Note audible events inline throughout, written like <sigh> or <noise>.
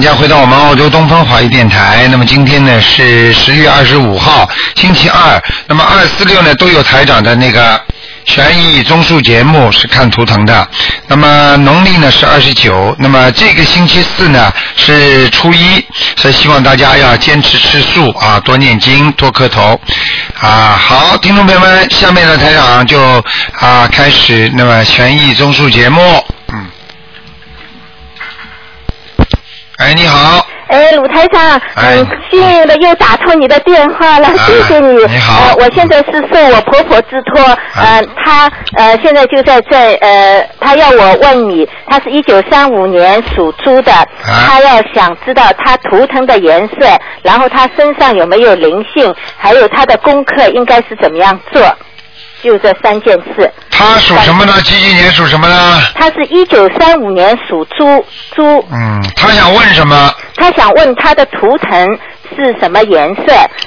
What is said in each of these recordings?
家回到我们澳洲东方华语电台。那么今天呢是十月二十五号，星期二。那么二四六呢都有台长的那个悬疑综述节目是看图腾的。那么农历呢是二十九，那么这个星期四呢是初一，所以希望大家要坚持吃素啊，多念经，多磕头啊。好，听众朋友们，下面呢台长就啊开始那么悬疑综述节目。嗯，哎，你好，哎，鲁台长，哎嗯，幸运的又打通你的电话了，谢谢你。你好嗯呃，我现在是受我婆婆之托，呃，她呃现在就在这，呃，她要我问你，她是一九三五年属猪的，啊她要想知道她图腾的颜色，然后她身上有没有灵性，还有她的功课应该是怎么样做，就这三件事。他属什么呢？几几年属什么呢？她是一九三五年属猪，猪。嗯，他想问什么？他想问他的图腾是什么颜色？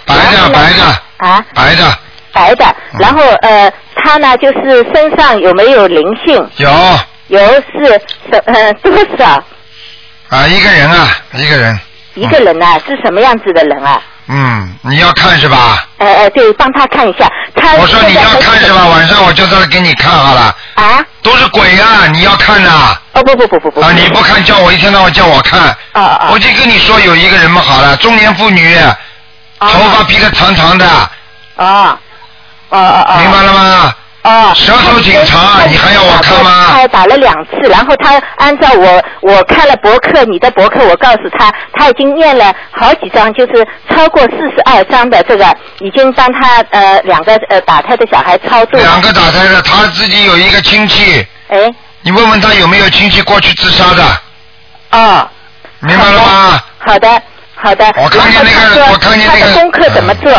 白的，白的。啊，白的，白的。嗯然后呃，他呢就是身上有没有灵性？有有是什呃 <laughs> 多少？啊，一个人啊，一个人，一个人啊，是什么样子的人啊？嗯，你要看是吧？呃呃，对，帮他看一下。他我说你要看是吧？晚上我就在这给你看好了。啊？都是鬼啊！你要看呐、哦不不不不不。哦啊！你不看叫我一天到晚叫我看。啊啊！我就跟你说有一个人嘛好了，中年妇女，头发披得长长的。啊。哦哦哦。明白了吗？哦，舌头警察，你还要我看吗？他打了两次，然后他按照我我看了博客，你的博客，我告诉他，他已经念了好几章，就是超过四十二章的这个，已经帮他呃两个呃打胎的小孩超度了。两个打胎的，他自己有一个亲戚。哎。你问问他有没有亲戚过去自杀的？哦。明白了吗？好的，好的。哎我看见那个，我看见那个。他的功课怎么做？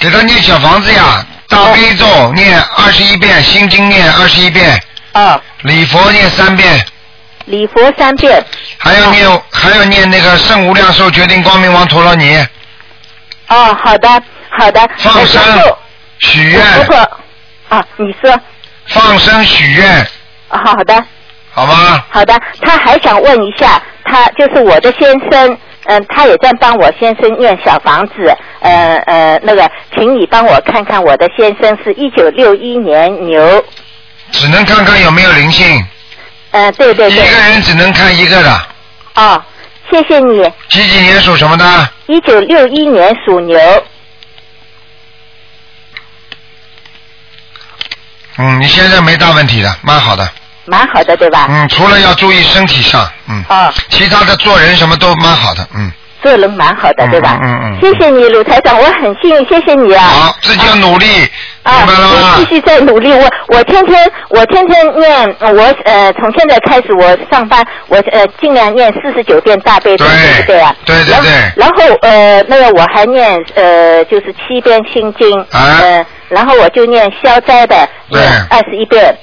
给他念小房子哦呀，大悲咒念二十一遍，心经念二十一遍。啊。礼佛念三遍。礼佛三遍。还要念，哦还要念那个圣无量寿决定光明王陀罗尼。哦，好的，好的。放生、许愿。如果啊，你说。啊放生许愿。好好的。好吗？好的，他还想问一下，他就是我的先生，嗯，他也在帮我先生念小房子，呃呃，那个，请你帮我看看我的先生是一九六一年牛，只能看看有没有灵性。呃，对对对，一个人只能看一个的。哦，谢谢你，几几年属什么的？一九六一年属牛，嗯，你现在没大问题的，蛮好的。蛮好的对吧？嗯，除了要注意身体上，嗯，哦，其他的做人什么都蛮好的，嗯。做人蛮好的对吧？嗯嗯谢谢你，鲁台长，我很幸运，谢谢你啊。好，自己要努力，啊，我继续在努力，我我天天我天天念，呃我呃从现在开始我上班，我呃尽量念四十九遍大悲咒，对不对啊？对对对然后呃那个我还念呃就是七遍心经，呃然后我就念消灾的啊对二十一遍。对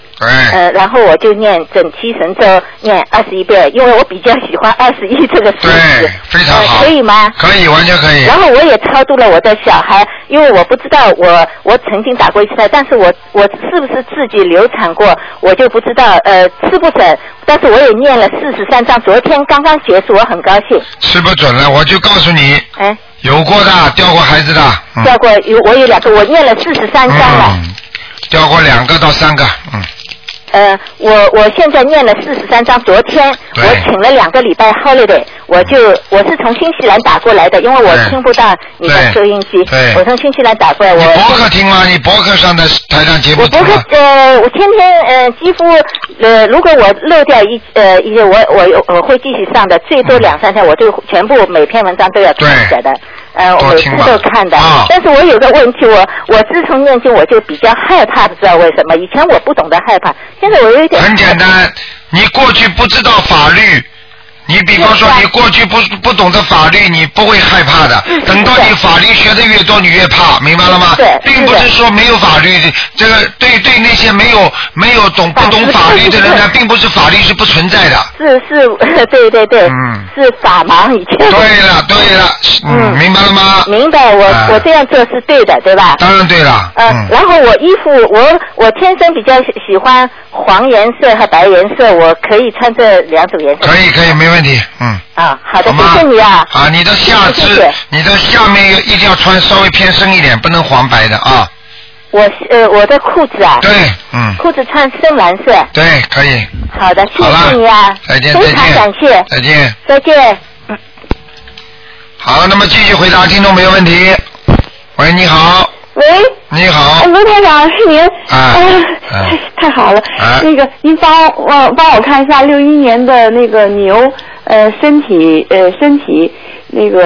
呃，然后我就念准提神咒，念二十一遍，因为我比较喜欢二十一这个数字，非常好呃，可以吗？可以，完全可以。然后我也超度了我的小孩，因为我不知道我我曾经打过一次胎，但是我我是不是自己流产过，我就不知道呃是不准，但是我也念了四十三章，昨天刚刚结束，我很高兴。吃不准了，我就告诉你，哎，有过的，掉过孩子的，嗯，掉过有我有两个，我念了四十三章了。掉过两个到三个，嗯，呃，我我现在念了四十三章，昨天对我请了两个礼拜 holiday，我就我是从新西兰打过来的，因为我对听不到你的对收音机对，我从新西兰打过来，呃我你博客听吗？你博客上的台上节目我听不会吗？呃，我天天呃，几乎呃，如果我漏掉一呃一些，我我有我会继续上的，最多两三天，我就全部每篇文章都要看一下的。呃，我多每听次吧都看的，啊但是我有个问题，我我自从念经我就比较害怕，不知道为什么。以前我不懂得害怕，现在我有一点。很简单，你过去不知道法律，你比方说你过去不不懂得法律，你不会害怕嗯的。等到你法律学的越多，你越怕，明白了吗？对并不是说没有法律的，这个对对那些没有没有懂不懂法律的人呢，并不是法律是不存在的。嗯 <laughs> 是是，对对对，是法盲以前。对了对了，嗯，明白了吗？明白，我、啊我这样做是对的，对吧？当然对了，呃，嗯，然后我衣服，我我天生比较喜喜欢黄颜色和白颜色，我可以穿这两种颜色可以可以，没问题，嗯，啊。好的，好吗谢谢你啊。啊，你的下谢肢谢，你的下面一定要穿稍微偏深一点，不能黄白的啊。我呃我的裤子啊，对，嗯，裤子穿深蓝色。对，可以，好的，谢好了谢你啊，再见非再常见感谢，再见。再见。好，那么继续回答听众朋友问题。喂，你好，喂，你好哎，卢台长是您？啊哎啊太好了。啊那个，您帮我、帮我看一下六一年的那个牛，呃，身体呃身体那个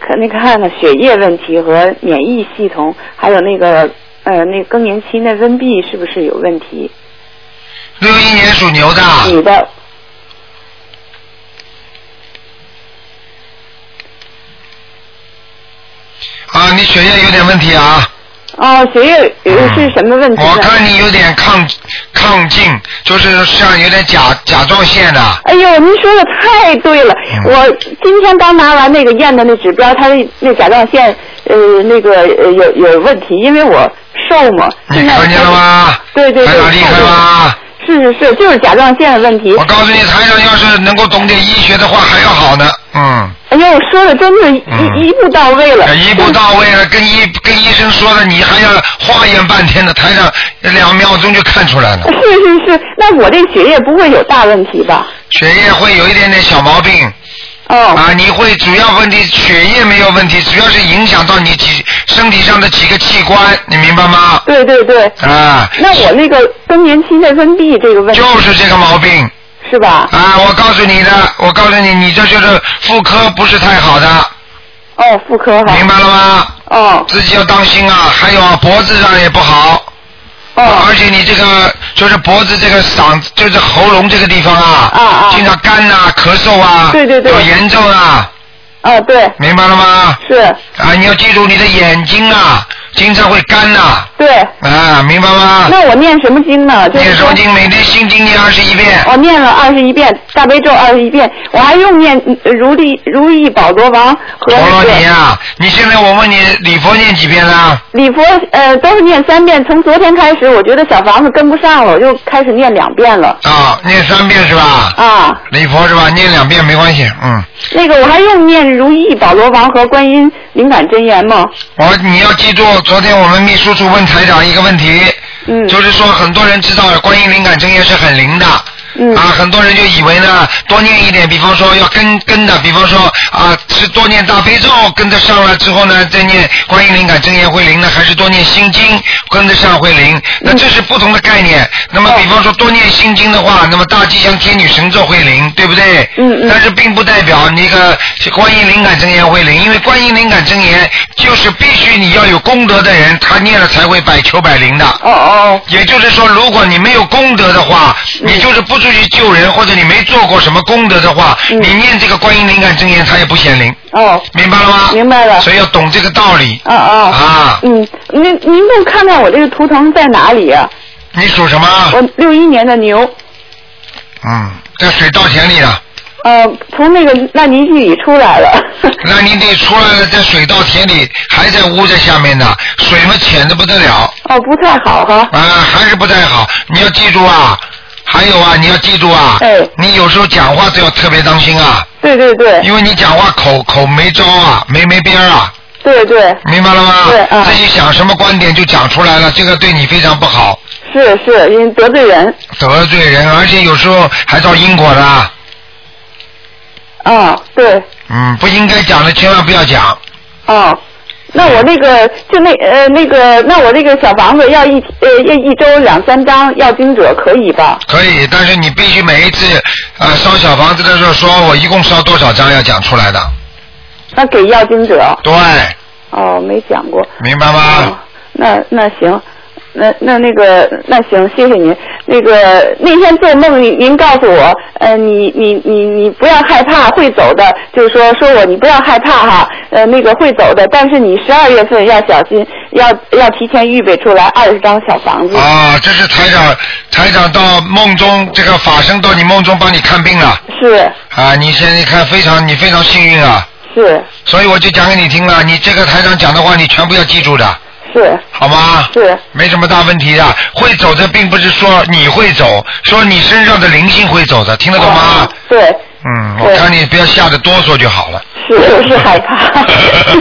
看那个看看血液问题和免疫系统，还有那个呃那更年期内分泌是不是有问题？六一年属牛的，女的，啊，你血液有点问题啊。哦，血液呃是什么问题嗯呢？我看你有点抗抗进，就是像有点甲甲状腺的、哎呦，您说的太对了！嗯我今天刚拿完那个验的那指标，它那那甲状腺呃那个呃有有问题，因为我瘦嘛。你现在哎看见了？吗？对对对，台长厉害吧？是是是，就是甲状腺的问题我。告诉你，台长要是能够懂点医学的话，还要好呢。嗯，哎呦，说的真是一、嗯一步到位了。一步到位了，跟医跟医生说的，你还要化验半天呢。台长两秒钟就看出来了，是是是，那我这血液不会有大问题吧？血液会有一点点小毛病哦，啊，你会主要问题血液没有问题，主要是影响到你几身体上的几个器官，你明白吗？对对对，啊，那我那个更年期内分泌这个问题就是这个毛病。是吧？啊，我告诉你的，我告诉你，你这就是妇科不是太好的，哦，妇科哈。明白了吗？哦自己要当心啊，还有啊脖子上也不好，哦而且你这个就是脖子这个嗓子，就是喉咙这个地方啊，啊啊经常干呐、咳嗽啊，对对对有炎症啊，哦，对，明白了吗？是，啊，你要记住你的眼睛啊，经常会干呐、对。啊，明白吗？那我念什么经呢？就是念什说么经？每天心经念二十一遍，哦我念了二十一遍大悲咒二十一遍，我还用念呃如意如意宝罗王和陀罗那尼个啊！你现在我问你，礼佛念几遍了？礼佛，呃，都是念三遍。从昨天开始，我觉得小房子跟不上了，我就开始念两遍了。啊，念三遍是吧？啊，礼佛是吧？念两遍没关系，嗯。那个我还用念如意宝罗王和观音灵感真言吗？我你要记住，昨天我们秘书处问台长一个问题，嗯就是说很多人知道观音灵感真言是很灵的。嗯啊，很多人就以为呢，多念一点，比方说要跟跟的，比方说啊，是多念大悲咒跟得上了之后呢，再念观音灵感真言会灵呢，还是多念心经跟得上会灵？那嗯这是不同的概念。那哦么比方说多念心经的话，那么大吉祥天女神咒会灵，对不对？嗯嗯但是并不代表那个观音灵感真言会灵，因为观音灵感真言就是必须你要有功德的人，他念了才会百求百灵的。哦哦，也就是说，如果你没有功德的话，嗯你就是不出去救人，或者你没做过什么功德的话，嗯你念这个观音灵感真言，它也不显灵，哦，明白了吗？明白了所以要懂这个道理哦哦。啊！嗯，您您给我看看我这个图腾在哪里啊？你属什么我？六一年的牛，嗯，在水稻田里了，呃，从那个烂泥地里出来了。 <laughs> 那你得出来了，在水稻田里还在屋在下面呢，水嘛浅的不得了。哦，不太好哈。啊，还是不太好。你要记住啊，还有啊，你要记住啊，哎你有时候讲话都要特别当心啊，对对对因为你讲话口口没招啊，没没边儿啊，对对，明白了吗？对啊自己想什么观点就讲出来了，这个对你非常不好，是是，因为得罪人。得罪人，而且有时候还到因果的。啊，对，嗯，不应该讲的千万不要讲。啊。那我那个就那呃那个，那我这个小房子要一呃要一周两三张要经者可以吧？可以，但是你必须每一次呃烧小房子的时候说，我一共烧多少张要讲出来的。那给要经者对，哦，没讲过。明白哦吗？，那那行，那那那个那行，谢谢您。那个那天做梦，您您告诉我，呃，你你你你不要害怕，会走的，就是说说我你不要害怕哈，呃，那个会走的，但是你十二月份要小心，要要提前预备出来二十张小房子。嗯啊，这是台长，台长到梦中这个法身到你梦中帮你看病了是，啊！你现在看非常你非常幸运啊！是。所以我就讲给你听了，你这个台长讲的话，你全部要记住的。是。好吗？是。没什么大问题的，会走的并不是说你会走，说你身上的灵性会走的，听得懂吗？哦对。嗯，我看你不要吓得哆嗦就好了。是，我是害怕。 <laughs>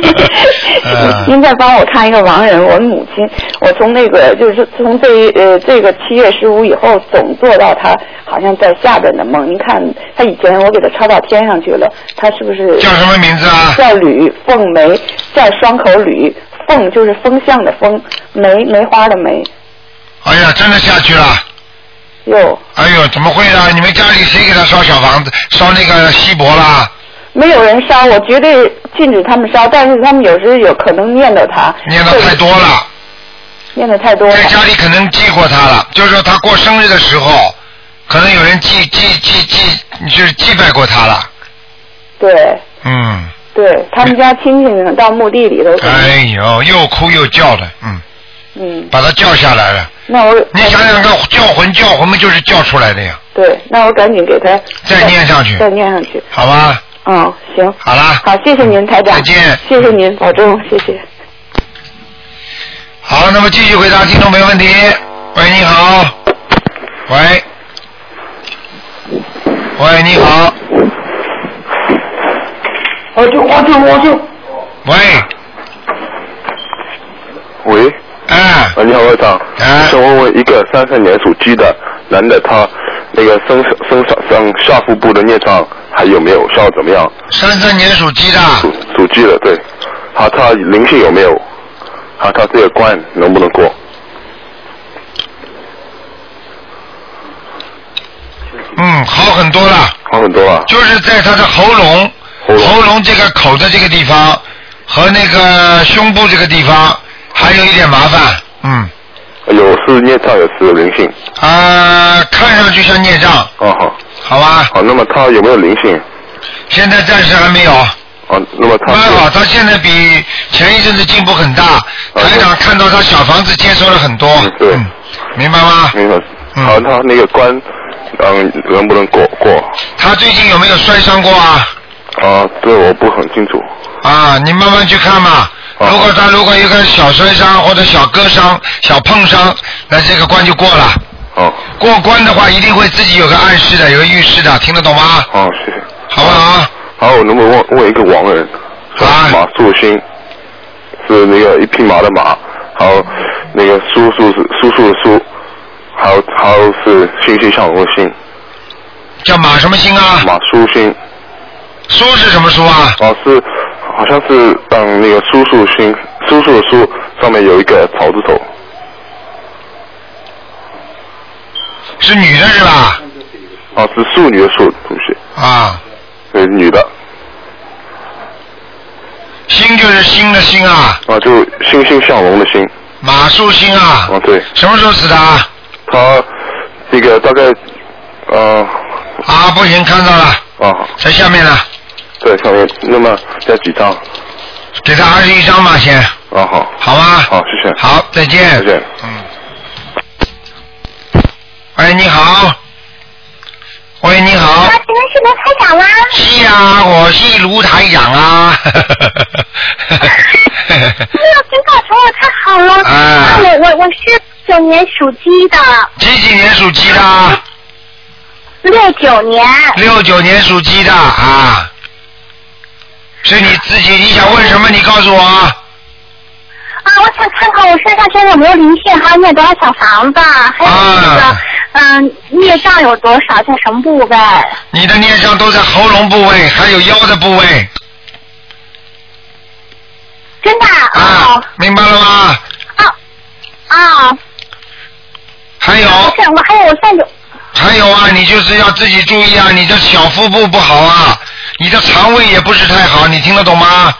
嗯 <laughs> 您再帮我看一个亡人，我母亲，我从那个就是从这一呃这个七月十五以后，总做到她好像在下边的梦。您看，她以前我给她抄到天上去了，她是不是叫什么名字啊？叫吕凤梅，叫双口吕，凤就是风向的风，梅梅花的梅。哎呀，真的下去了。哟，哎呦，怎么会呢？你们家里谁给他烧小房子，烧那个锡箔啦？没有人烧，我绝对禁止他们烧，但是他们有时有可能念叨他，念的太多了，念的太多了在。家里可能记过他了，就是说他过生日的时候，可能有人祭祭祭祭，就是祭拜过他了。对嗯，对，他们家亲戚到墓地里头，哎呦，又哭又叫的，嗯，嗯，把他叫下来了。那我你想想看，叫魂叫魂嘛，就是叫出来的呀，对，那我赶紧给他再念上去再念上去。好吧？哦嗯，行，好啦，好，谢谢您，台长，再见谢谢您，保重，谢谢。好，那么继续回答听众没问题。喂，你好。喂。喂，你好。我就我就我就，喂，喂，哎，啊，你好，院长。哎想问问一个三三年属鸡的男的，他那个身身上上下腹部的孽障还有没有？需要怎么样？三三年属鸡的，属属鸡的，对。好，他灵性有没有？好，他这个关能不能过？嗯，好很多了，好很多啊。就是在他的喉咙、喉咙喉咙这个口的这个地方和那个胸部这个地方，还有一点麻烦，嗯，有哎是孽障，有是灵性。啊、看上去像孽障，哦，好，好吧，好，那么他有没有灵性？现在暂时还没有，啊，那么他蛮是好，他现在比前一阵子进步很大。台长看到他小房子接收了很多，嗯对嗯，明白吗？明白。嗯好，他那个关，嗯，能不能过过？他最近有没有摔伤过啊？啊，这我不很清楚。啊，你慢慢去看嘛。哦如果他如果有个小摔伤或者小割伤、小碰伤，那这个关就过了。哦，过关的话，一定会自己有个暗示的，有个预示的，听得懂吗？好，谢谢。好不好？好，我能不能问问一个亡人？叫啊马树新，是那个一匹马的马，还有那个叔叔是叔叔的叔，还有还有是欣欣向荣的欣，叫马什么星啊？马书欣，书是什么书啊？哦、是好像是嗯那个叔叔欣，叔叔的叔上面有一个草字头，是女的是吧？哦、是庶女的庶，同学，啊，对，女的，星就是星的星啊，啊就欣欣向荣的欣，马树星啊。啊对，什么时候死的啊？他这个大概呃啊，不行，看到了，啊在下面呢，对上面，那么要几张？给他二十一张吧，先，啊好。好吗？好，谢谢。，好，再见。再见。嗯。喂，你好。喂，你好啊，。请问是卢台长吗？ <laughs> 是啊，我是卢台长啊。 <laughs> 没有听到成我太好了。哎啊，我我我是九年属鸡的，几几年属鸡的？六九年。六九年属鸡的啊。是你自己，你想问什么？你告诉我啊。啊，我想看看我身上现在有没有灵性，还有念多少小房子，还有那啊个嗯、孽障有多少，在什么部位？你的念障都在喉咙部位，还有腰的部位。真的啊啊，哦明白了吗？啊啊！还有不是，我还有我现在有还有啊，你就是要自己注意啊，你的小腹部不好啊，你的肠胃也不是太好，你听得懂吗？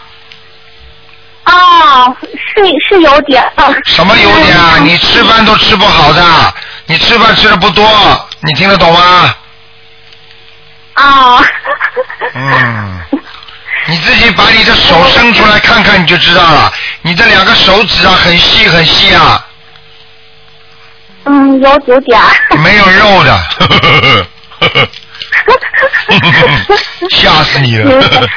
哦，是是有点啊。什么有点啊？嗯你吃饭都吃不好的，你吃饭吃的不多，你听得懂吗？哦。嗯。你自己把你的手伸出来看看，你就知道了。你这两个手指啊，很细很细啊， <laughs> 嗯，有有点儿。 <laughs> 没有肉的。吓死你了！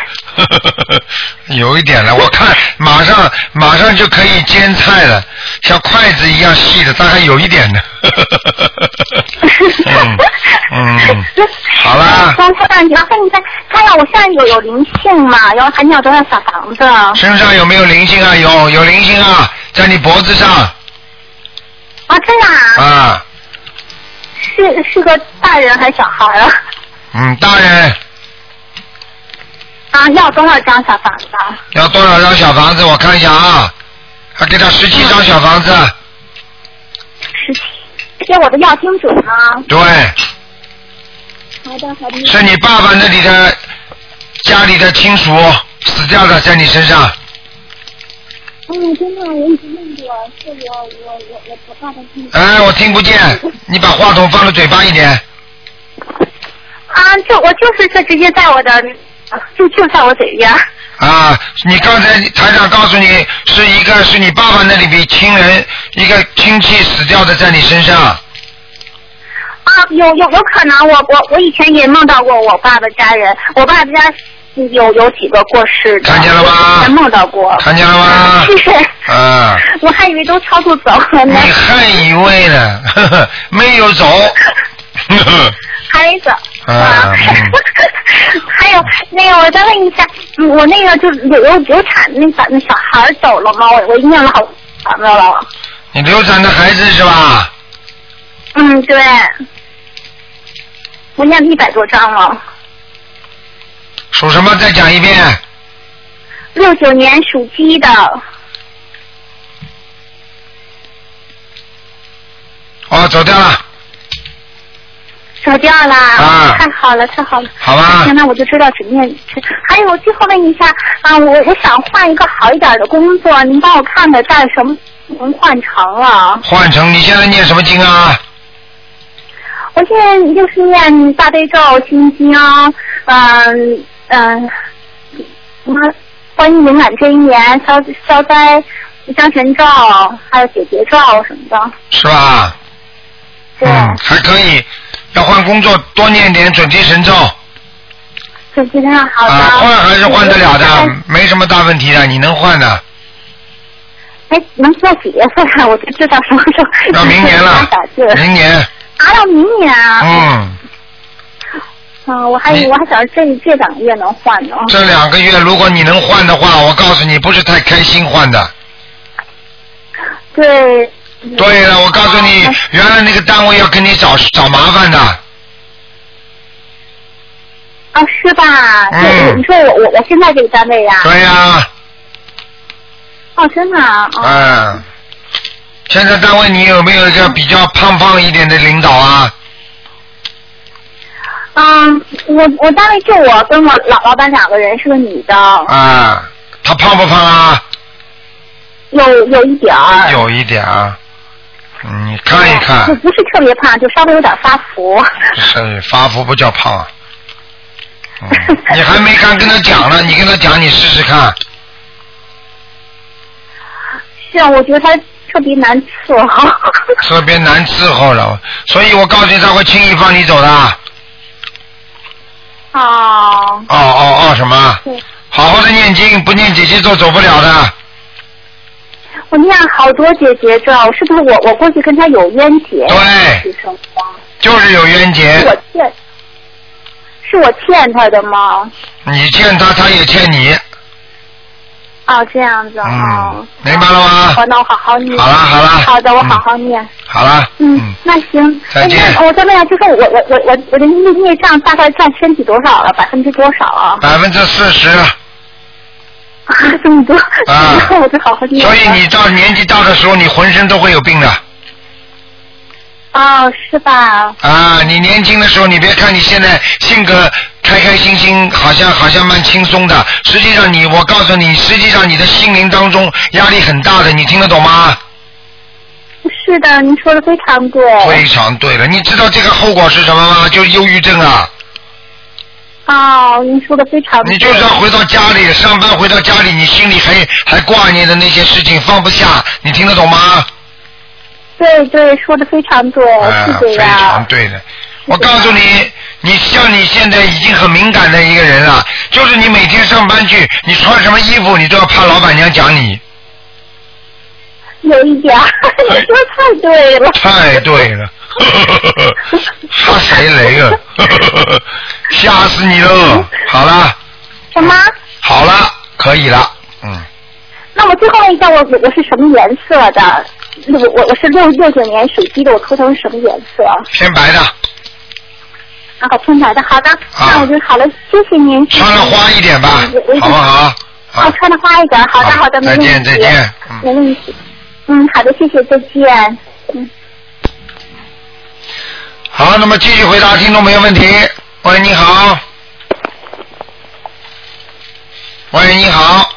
<laughs> 有一点了，我看马上马上就可以煎菜了，像筷子一样细的，大概有一点的。嗯 <laughs> 嗯，好啦，然后他让麻烦你看，他让我现在有有灵性嘛，然后还要多少小房子？啊身上有没有灵性啊？有有灵性啊，在你脖子上啊，真的啊，啊，是是个大人还是小孩啊？嗯，大人啊，要多少张小房子？啊？要多少张小房子？我看一下啊，啊，给他十七张小房子，啊十七。这我的要精准啊吗？对，好的，好的。是你爸爸那里的家里的亲属死掉的，在你身上，嗯，真的，我一直问过，是我我我我我爸爸亲哎，我听不见，你把话筒放到嘴巴一点，啊，就我就是这直接在我的，呃就就在我嘴边。啊，你刚才台长告诉你是一个是你爸爸那里比亲人一个亲戚死掉的在你身上，啊，有有有可能，我我我以前也梦到过我爸的家人，我爸的家有有几个过世的，看见了吗我以前梦到过，看见了 <laughs> 吗？谢谢，啊，我还以为都超度走了你呢，还以为呢？呵呵 <laughs> 没有走。呵呵还没走。啊嗯 <laughs> 还有那个，我再问一下，嗯我那个就是流流产那把那小孩儿走了吗？我我念了好长的了。你流产的孩子是吧？嗯，对，我念了一百多章了。属什么？再讲一遍。六九年属鸡的，哦，走掉了，走掉了，啊太好了，太好了。好吧行，？那我就知道只念。还有，最后问一下，啊，我我想换一个好一点的工作，您帮我看看在什么能换成了？换成你现在念什么经啊？我现在就是念大悲咒、心经，嗯嗯，什么关于敏感这一年消消灾、张神咒，还有解结咒什么的。是吧？对，嗯，还可以。要换工作，多念点准提神咒就非常好啊的。，换还是换得了的嗯，没什么大问题的，你能换的。哎，能算几月份 <laughs> 啊？我就知道什么时候。到明 <laughs> 年了打字，明年，啊，到明年啊。嗯，嗯，我还你我还想着这这两个月能换呢。这两个月如果你能换的话，我告诉你，不是太开心换的。对。对了，我告诉你哎，原来那个单位要跟你找找麻烦的。啊，是吧？嗯对，你说我我我现在这个单位呀、对呀、哦，真的啊。哦嗯，现在单位你有没有一个比较胖胖一点的领导啊？嗯，我我单位就我跟我老老板两个人，是个女的，啊，他胖不胖啊？有有一点儿，有一点啊，嗯你看一 <laughs> 就看，不是特别胖，就稍微有点发福。是发福不叫胖啊。 <laughs> 嗯，你还没敢跟他讲呢，你跟他讲，你试试看。是啊，我觉得她特别难伺候。特别难伺候了，所以我告诉你，他会轻易放你走的。哦哦，哦哦，什么对？好好的念经，不念姐姐咒走不了的。我念了好多姐姐咒，是不是我我过去跟她有冤结？对，生活就是有冤结是。我欠，是我欠她的吗？你欠他，他也欠你。哦，这样子啊。嗯，明白了吗？好，那我好好念。好啦好啦好的，我好好念。好了，嗯，那行，再见那我再问一下，就是我我我我我的孽孽障大概占身体多少了？百分之多少啊？百分之四十，啊，这么多，啊然后我就好好念了。所以你到年纪大的时候，你浑身都会有病的哦，是吧？啊！你年轻的时候，你别看你现在性格开开心心，好像好像蛮轻松的，实际上你，我告诉你，实际上你的心灵当中压力很大的，你听得懂吗？是的，您说的非常对。非常对了，你知道这个后果是什么吗？就是忧郁症啊！哦，您说的非常对。你就是要回到家里上班，回到家里，你心里还还挂念的那些事情放不下，你听得懂吗？对对，说的非常对，啊是，这非常样。对的。我告诉你，你像你现在已经很敏感的一个人了，就是你每天上班去，你穿什么衣服，你都要怕老板娘讲你。有一点儿，你说太对了。太对 <laughs> 了，吓谁雷啊？吓死你喽！好了，什么？好了，可以了，嗯，那我最后问一下，我我我是什么颜色的？我我我是六六九年属鸡的，我图腾是什么颜色？偏白的，啊，好偏白的，好的，那我就好了，谢谢您。穿的花一点吧，嗯好不好？哦，穿的花一点，好的好的，没再问题。见再见，嗯。没问题。嗯，好的，谢谢，再见。嗯，好，那么继续回答听众朋友问题。喂，你好。喂，你好。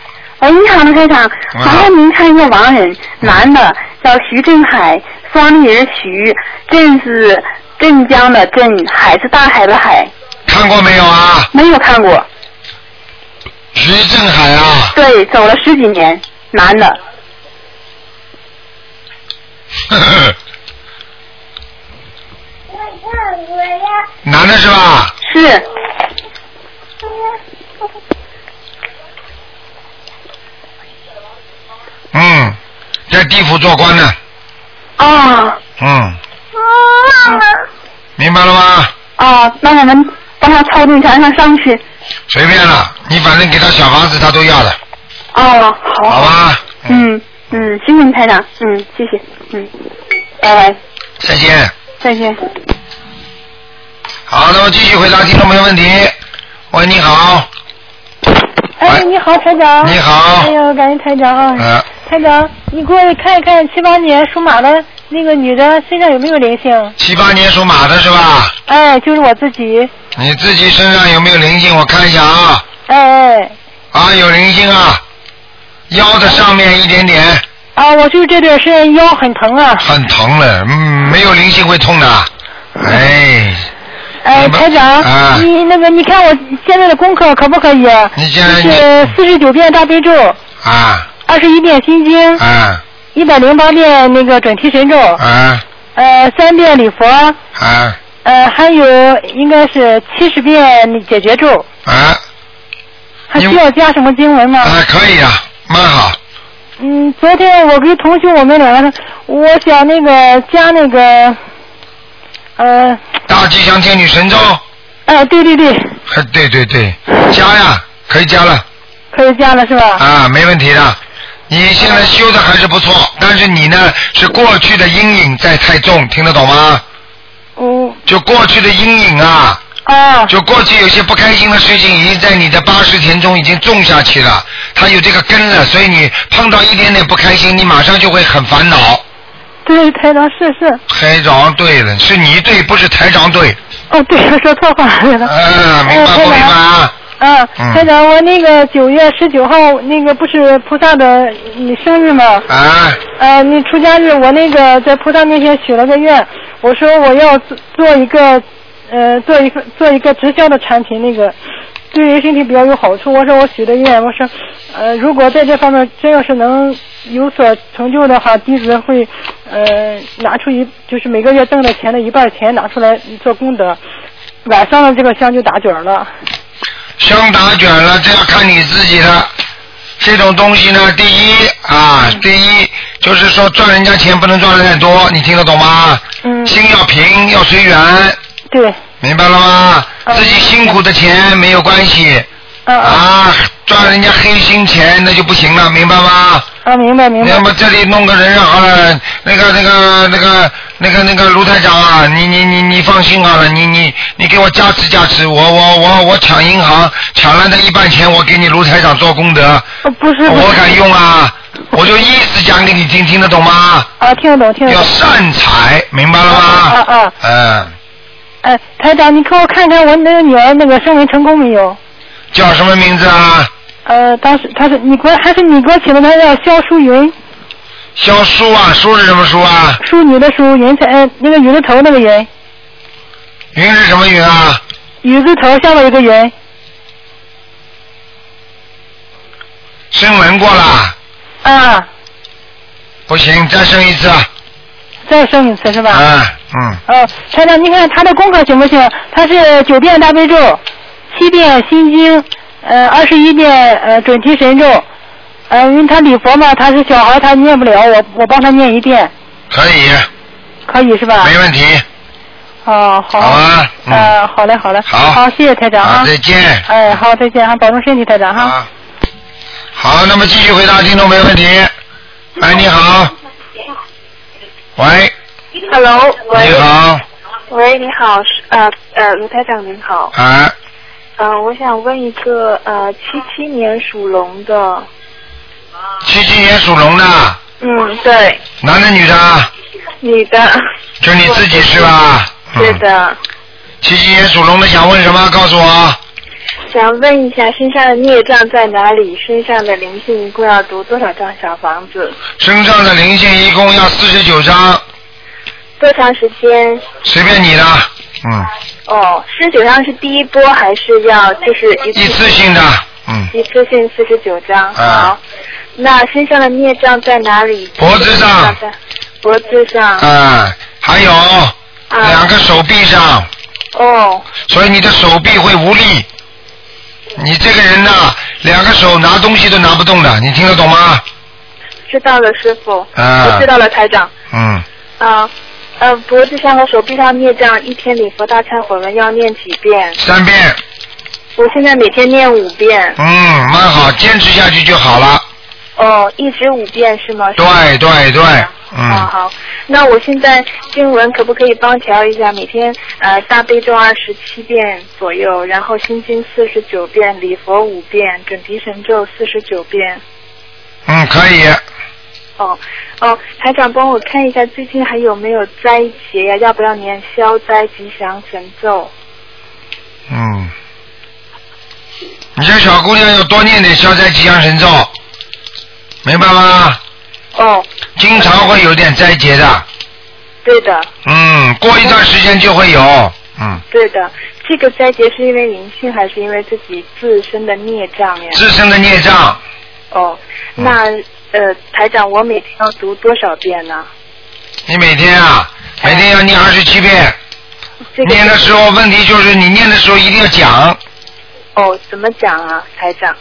喂，你哎好，卢台长，嗯麻烦您看一个亡人，男的，叫徐振海，双立人徐，振是镇江的镇，海是大海的海，看过没有啊？没有看过，徐振海啊， <laughs> 对，走了十几年，男的，男的是吧？是嗯，在地府做官呢。哦嗯，明白了吗？哦，那我们帮他超度一下，让他上去。随便了，你反正给他小房子，他都要的，哦，好，好吧？嗯嗯，谢谢你台长，嗯，谢谢，嗯，拜拜，再见。再见。好，那么继续回答听众朋友问题。喂，你好。哎，你好，台长。你好哎呦，感谢台长啊。呃，台长，你给我看一看七八年属马的那个女的身上有没有灵性？七八年属马的是吧？哎，就是我自己。你自己身上有没有灵性？我看一下啊。哎哎，啊，有灵性啊，腰的上面一点点，啊，我就是这段时间腰很疼啊。很疼了。嗯，没有灵性会痛的。哎，哎，台长，啊你那个你看我现在的功课可不可以？啊你现在就是四十九遍大悲咒，啊二十一遍心经，啊一百零八遍那个准提神咒，啊呃，三遍礼佛，啊呃，还有应该是七十遍解决咒，啊还需要加什么经文吗？啊，可以啊，蛮好。嗯，昨天我跟同学我们两个，我想那个加那个，呃，大吉祥天女神咒，哎，对对对，哎对对对，加呀，可以加了可以加了是吧？啊，没问题的。你现在修的还是不错，但是你呢是过去的阴影在太重，听得懂吗？嗯，就过去的阴影啊，啊，就过去有些不开心的事情已经在你的八十田中已经种下去了，它有这个根了，所以你碰到一点点不开心，你马上就会很烦恼。对，台长是是，台长对了，是你对，不是台长对。哦，对，我说错话了。嗯，明白不明白啊？ <laughs> 啊，嗯台长，我那个九月十九号那个不是菩萨的你生日吗？啊，呃，你出家日，我那个在菩萨面前许了个愿，我说我要做做一个，呃，做一份做一个直销的产品，那个对于身体比较有好处。我说我许的愿，我说，呃，如果在这方面真要是能有所成就的话，弟子会，呃，拿出一就是每个月挣的钱的一半钱拿出来做功德。晚上的这个香就打卷了。香打卷了，这要看你自己的。这种东西呢，第一啊，第一就是说赚人家钱不能赚的太多，你听得懂吗？嗯，心要平，要随缘，对，明白了吗？自己辛苦的钱没有关系啊啊啊，赚人家黑心钱那就不行了，明白吗？啊，明白明白那。么这里弄个人好了，那个那个那个那个那个卢台长啊，你你你你放心好了，你你你给我加持加持，我我我我抢银行抢了那一半钱，我给你卢台长做功德，呃不是，不是我敢用啊，我就意思讲给你听，听得懂吗？啊，听得懂听得要懂。善财，明白了吗？啊啊啊嗯，哎，台长，你给我看看我那个女儿那个升文成功没有？叫什么名字啊？呃，当时她是你给我还是你给我起的名叫肖淑云，肖淑啊，淑是什么淑啊？淑女的淑，云彩，呃，那个雨字头那个云，云是什么云啊？雨字头下面一个云，升文过了，啊，不行，再升一次。再升一次是吧？啊，嗯，呃，台长，您看他的功课行不行？他是九遍大悲咒，七遍心经，呃，二十一遍呃准提神咒，呃，因为他礼佛嘛，他是小孩，他念不了，我我帮他念一遍，可以，可以是吧？没问题。哦，好。好啊。嗯呃，好嘞，好嘞。好好，谢谢台长啊。好再见啊哎，好，再见啊，保重身体，台长哈。好，那么继续回答听众没问题。哎，你好。喂， Hello，喂，你好，喂，你好，是呃呃，卢台长您好，啊，嗯、我想问一个呃，七七年属龙的，七七年属龙的，嗯，对，男的女的？你的，嗯就你自己是吧？嗯对的，七七年属龙的想问什么？告诉我。想问一下身上的孽障在哪里？身上的灵性一共要读多少张小房子？身上的灵性一共要四十九张，多长时间？随便你的，嗯，哦，十九张是第一波还是要就是一次一次性的？嗯，一次性四十九张。啊好，那身上的孽障在哪里？脖子上，脖子上。啊啊，还有两个手臂上，哦，所以你的手臂会无力。你这个人呐，两个手拿东西都拿不动的，你听得懂吗？知道了，师傅。啊我知道了，台长。嗯，啊，呃，脖子上和手臂上孽障，一天礼佛大忏悔文要念几遍？三遍，我现在每天念五遍。嗯，蛮好，坚持下去就好了。哦，一直五遍是吗？对对对，啊嗯，好，那我现在经文可不可以帮调一下？每天呃大悲咒二十七遍左右，然后心经四十九遍，礼佛五遍，准提神咒四十九遍。嗯，可以。哦哦，台长帮我看一下最近还有没有灾劫呀、要不要念消灾吉祥神咒？嗯，你这小姑娘要多念点消灾吉祥神咒，明白吗？哦。经常会有点灾劫的，对的，嗯，过一段时间就会有，嗯，对的。这个灾劫是因为灵性还是因为自己自身的孽障呀？自嗯身的孽障，哦，那呃，台长，我每天要读多少遍呢？你每天啊，每天要念二十七遍，哎这个念的时候问题就是你念的时候一定要讲，哦，怎么讲啊，台长？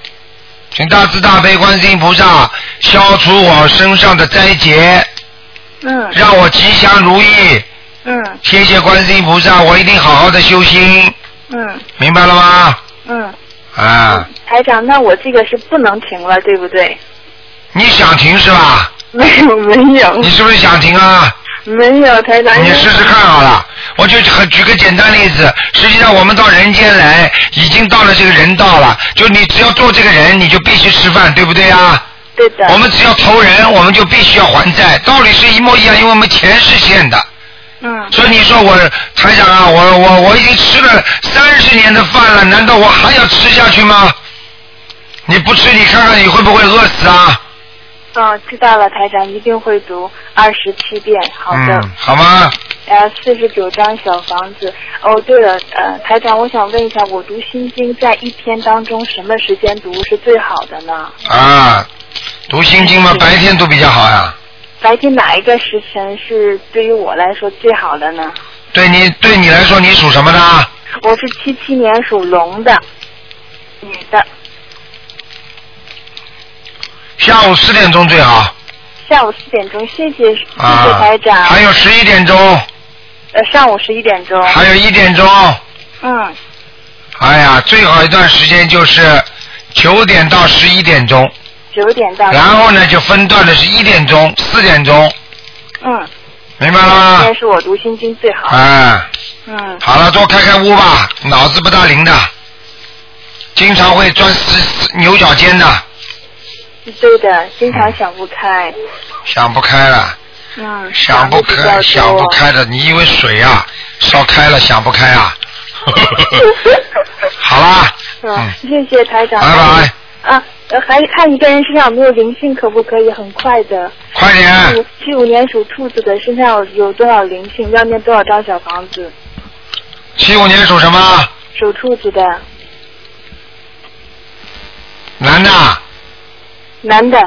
请大慈大悲观世音菩萨消除我身上的灾劫，嗯让我吉祥如意。嗯谢谢观世音菩萨，我一定好好的修心，嗯明白了吗？嗯，啊，台长，那我这个是不能停了，对不对？你想停是吧？没有没有。你是不是想停啊？没有，台长。你试试看好了。我就很举个简单例子，实际上我们到人间来，已经到了这个人道了。就你只要做这个人，你就必须吃饭，对不对啊？对的。我们只要投人，我们就必须要还债，道理是一模一样，因为我们前世欠的。嗯。所以你说我台长啊，我我我已经吃了三十年的饭了，难道我还要吃下去吗？你不吃，你看看你会不会饿死啊？嗯，知道了，台长一定会读二十七遍。好的。嗯，好吗？呃，四十九张小房子。哦，对了，呃，台长，我想问一下，我读心经在一天当中什么时间读是最好的呢？啊，读心经嘛，白天读比较好呀、白天哪一个时辰是对于我来说最好的呢？对你对你来说，你属什么的？啊我是七七年属龙的，女的，下午四点钟最好下午四点钟，谢谢，谢谢啊。台长。还有十一点钟，呃，上午十一点钟。还有一点钟。嗯，哎呀，最好一段时间就是九点到十一点钟，九点到。然后呢就分段的是一点钟、四点钟，嗯，明白了今吗天？是我读心经最好。哎，嗯，好了，多开开悟吧，脑子不大灵的，经常会钻死牛角尖的，对的，经常想不开。想不开了，嗯，想不的比较开，多想不。开的，你以为水啊烧开了想不开啊？好啦，嗯，谢谢台长。拜拜。啊，呃还看一个人身上有没有灵性，可不可以？很快的。快点，七五年属兔子的身上有有多少灵性？要念多少张小房子？七五年属什么？属兔子的男的，男的，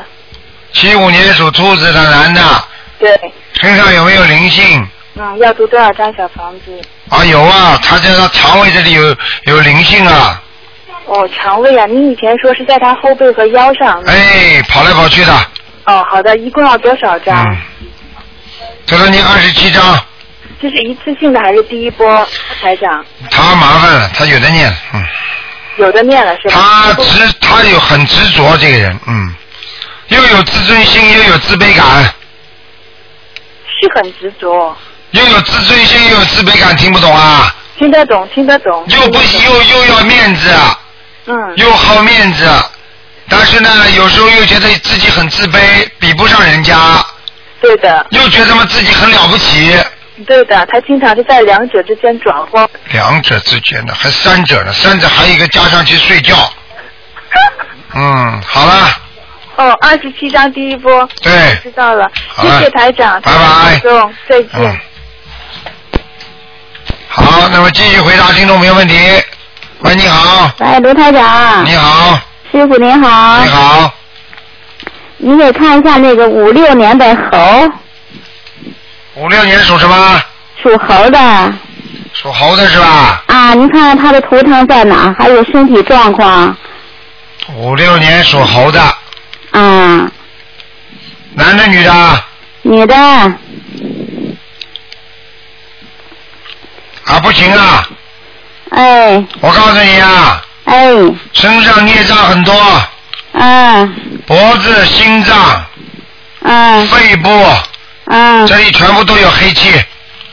七五年属兔子的男的，对，身上有没有灵性？嗯，要读多少张小房子？啊，有啊，他在他肠胃这里有有灵性啊，哦，肠胃啊，你以前说是在他后背和腰上。哎，跑来跑去的。哦，好的，一共要多少张？嗯他说你二十七张，这是一次性的还是第一波？台长，他麻烦了，他有的念，嗯，有的念了是吧？他执他有很执着这个人，嗯，又有自尊心，又有自卑感，是很执着，又有自尊心，又有自卑感，听不懂啊？听得懂，听得懂。又不又又要面子啊，嗯，又好面子，但是呢，有时候又觉得自己很自卑，比不上人家，对的，又觉得嘛自己很了不起，对的，他经常是在两者之间转换。两者之间的，还三者呢，三者还有一个加上去睡觉。嗯，好了，哦，二十七张第一波。对知道了，好谢了谢台长，拜台长拜保重，再见。嗯。好，那么继续回答听众朋友问题。喂，你好，喂，哎卢台长。你好。师傅您啊好。你好。您给看一下那个五六年的猴，五六年属什么？属猴的属猴的是吧？啊，您看看他的图腾在哪儿，还有身体状况五六年属猴的，啊，男的女的？女的啊，不行啊！哎。我告诉你啊。哎。身上孽障很多。嗯。脖子、心脏。嗯。肺部。嗯。这里全部都有黑气，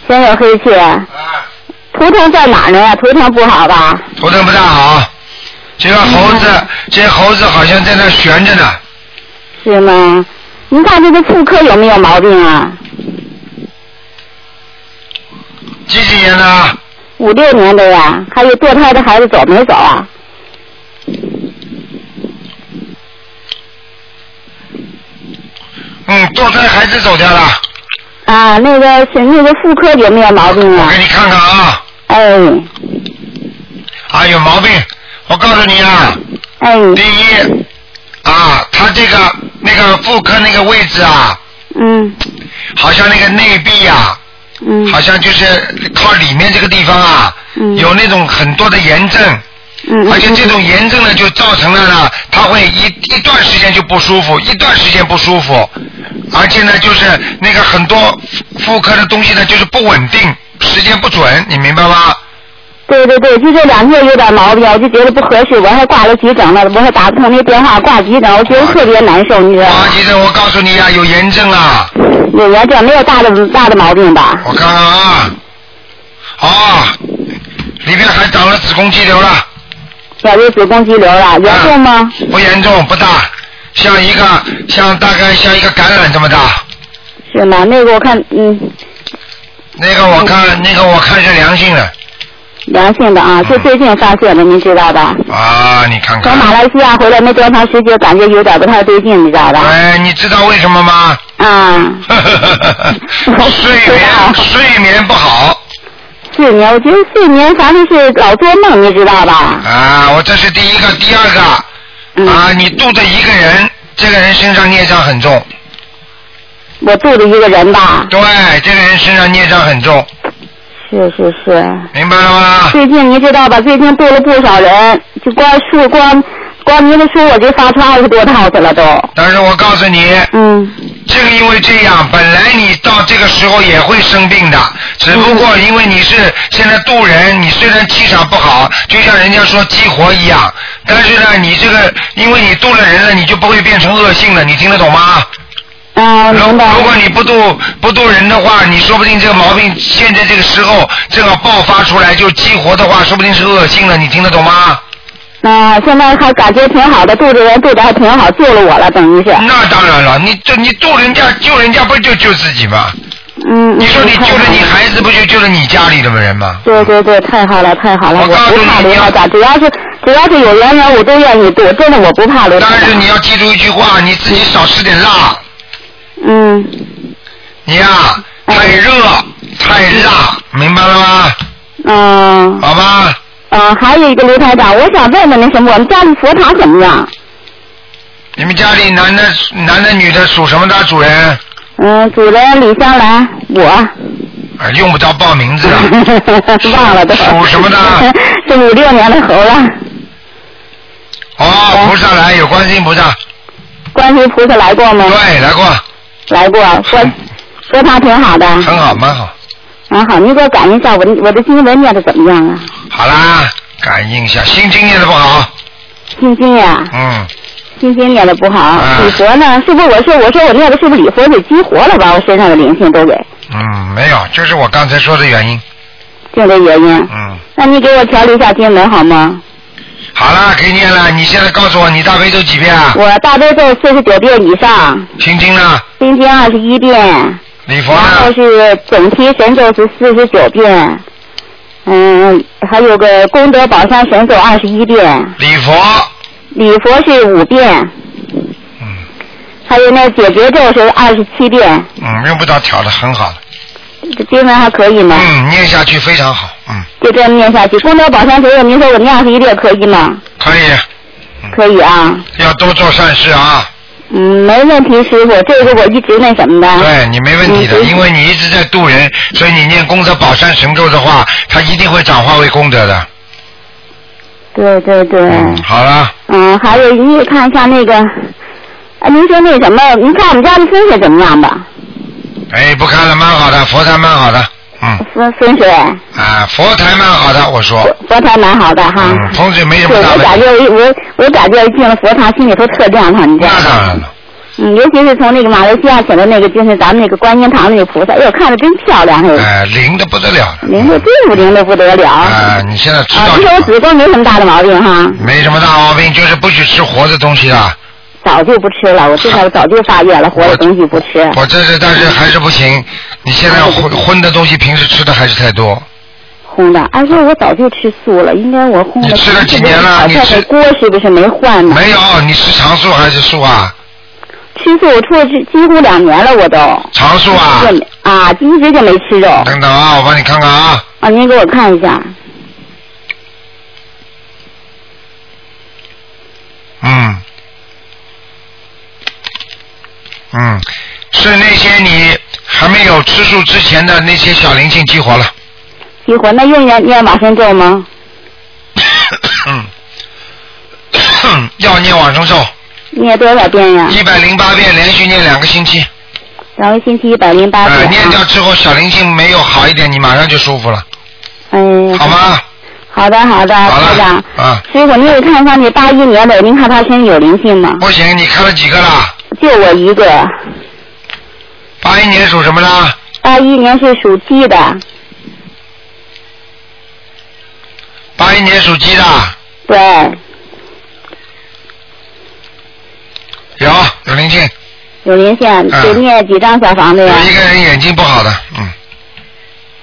先有黑气。啊。图腾在哪儿呢？图腾不好吧？头疼不大好。这个猴嗯子，这猴子好像在那悬着呢。是吗？您看这个妇科有没有毛病啊？几几年的？五六年的呀，还有堕胎的孩子走没走啊？嗯，堕胎孩子走掉了。啊，那个是那个妇科有没有毛病啊？我给你看看啊。哎。啊，有毛病！我告诉你啊。哎。第一，啊，他这个那个妇科那个位置啊，嗯好像那个内壁啊，嗯好像就是靠里面这个地方啊，嗯有那种很多的炎症。嗯而且这种炎症呢，就造成了呢，它会一一段时间就不舒服，一段时间不舒服，而且呢，就是那个很多妇妇科的东西呢，就是不稳定，时间不准，你明白吗？对对对，就这两天有点毛病，我就觉得不合适，我还挂了急诊了，我还打不通那电话，挂急诊，我觉得特别难受，你知道吗？医啊生，我告诉你啊，有炎症啊，有炎症，没有大的大的毛病吧？我看看啊，啊，里面还长了子宫肌瘤了，小有子宫肌瘤了，严重吗？不严重，不大，像一个像大概像一个橄榄这么大。是吗？那个我看，嗯，那个我看，那个我看是良性的良性的啊，就最近发现的，您知道吧？啊，你看从看。马来西亚回来没多长时间，感觉有点不太对劲，你知道吧？哎，你知道为什么吗？啊，睡眠睡眠不好 <laughs> 睡眠，我觉得睡眠反正是老做梦，你知道吧？嗯啊，我这是第一个，第二个啊，你肚子一个人，这个人身上孽障很重，我住的一个人吧，对，这个人身上孽障很重，是是是。明白了吗？最近您知道吧？最近多了不少人，就光书光光您的书我就发出二十多套去了都。但是我告诉你，嗯，这个因为这样，本来你到这个时候也会生病的，只不过因为你是现在渡人，你虽然气场不好，就像人家说激活一样，但是呢，你这个因为你渡了人了，你就不会变成恶性了，你听得懂吗？啊，明白。如果你不渡不渡人的话，你说不定这个毛病现在这个时候正好爆发出来，就激活的话，说不定是恶性了，你听得懂吗？那、嗯现在还感觉挺好的，肚子人肚子还挺好，救了我了，等于是。 <laughs> 嗯那当然了，你这你渡人家救人家不就救自己吗？嗯，你说你太救了好你孩子，不就救了你家里的人吗？对对对，太好了太好了，我不怕刘老大，只要是只要是有缘人，我都愿意对，真的我不怕刘老但大。是你要记住一句话，你自己少吃点辣。嗯，你呀、太热太辣，明白了吗？嗯、好吧。嗯，还有一个刘台长，我想问问那什么，我们家里佛堂怎么样？你们家里男的男的女的属什么的主人？嗯，主人李香兰，我啊，用不着报名字啊。 <laughs> 忘了都。属什么的？ <laughs> 是五六年的猴了，哦，菩萨来，有观世音菩萨，观世音菩萨来过吗？对，来过，来过，说说他挺好的，很好，蛮好。蛮好。您给我感应一下，我的我的经文念的怎么样啊？好啦，感应一下，心经念的不好，心经呀，嗯，心经念的不好，哎礼佛呢？是不是我说我说我念的是不是礼佛给激活了，把我身上的灵性都给嗯，没有，就是我刚才说的原因。就这原因？嗯，那你给我调理一下经文好啊吗？好啦，可以念了。你现在告诉我，你大悲咒几遍啊？我大悲咒四十九遍以上，心经呢？心经二十一遍，礼佛啊然呢？后是总提神咒是四十九遍，嗯，还有个功德宝山神咒二十一遍，礼佛，礼佛是五遍，还有那解决咒是二十七遍，嗯，用不着调的，很好的，这经文还可以吗？嗯，念下去非常好，嗯，就这样念下去，功德宝山神咒，您说我念二十一遍可以吗？可以，嗯可以啊，要多做善事啊。嗯，没问题，师傅，这个我一直那什么的。对你没问题的，因为你一直在渡人，所以你念功德宝山神咒的话，它一定会转化为功德的。对对对，好了，嗯，还有您也看一下那个，啊，您说那什么，您看我们家的风水怎么样吧？哎，不看了，蛮好的，佛台蛮好的，嗯，风风水啊，佛台蛮好的，我说，佛台蛮好的哈。嗯，风水没什对，么大我问感题觉。我我我感觉进了佛堂，心里头特亮堂，你知道那当吗？然了，嗯，尤其是从那个马来西亚请的那个，就是咱们那个观音堂那个菩萨，哎呦，看着真漂亮，哎呦，哎，灵的不得了了，灵的队伍灵的不得了。啊，你现在知啊，道其就实我好子宫没什么大的毛病哈，没什么大毛病，就是不许吃活的东西了。早就不吃了，我这下早就发愿了，啊活的东西不啊吃。我这是，但是还是不行。你现在荤荤的东西，平时吃的还是太多。烘的，而且我早就吃素了，应该我烘的。你吃了几年了炒你菜吃的锅是不是没换呢？没有，你吃常素还是素啊？吃素，我出了几几乎两年了，我都。常素啊？就没啊，一直就没吃肉。等等啊，我帮你看看啊。啊，您给我看一下，嗯，嗯，是那些你还没有吃素之前的那些小灵性激活了。激活那用念念往生咒吗？嗯， <coughs> 要念往生咒，念多少遍呀？一百零八遍，连续念两个星期。然后星期一百零八呃，遍念掉啊。之后，小灵性没有好一点，你马上就舒服了，哎，好吗？好的，好的，台长。啊，师傅，您给看一下那八一年的，您看他身上有灵性吗？不行，你看了几个了？就我一个，八一年属什么呢？八一年是属鸡的，八一年属鸡的，对，有有灵性，有灵性，得念几张小房子呀？一个人眼睛不好的，嗯，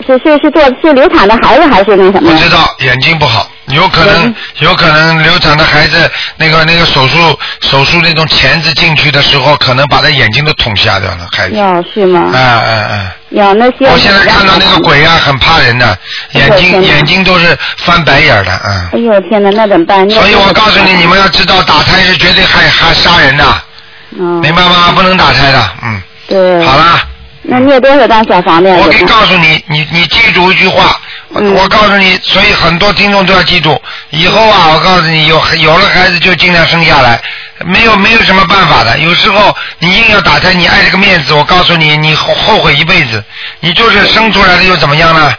是是是做是流产的孩子还是那什么不呀？知道眼睛不好，有可能有可能流产的孩子那个那个手术手术那种钳子进去的时候，可能把他眼睛都捅瞎掉了，孩子。哟，是啊吗？啊啊！哟，那些我现在看到那个鬼啊，很怕人的，眼睛哎呦天哪眼睛都是翻白眼儿的，嗯。哎呦天哪，那怎么办？所以我告诉你，你们要知道，打胎是绝对害害杀人的，嗯，明白吗？不能打胎的，嗯。对，好啦，那念多少张小房子呀？我给可以他告诉你，你你记住一句话，我我告诉你，所以很多听众都要记住，以后啊，我告诉你，有有了孩子就尽量生下来，没有没有什么办法的。有时候你硬要打胎，你碍这个面子，我告诉你，你后后悔一辈子。你就是生出来了又怎么样呢？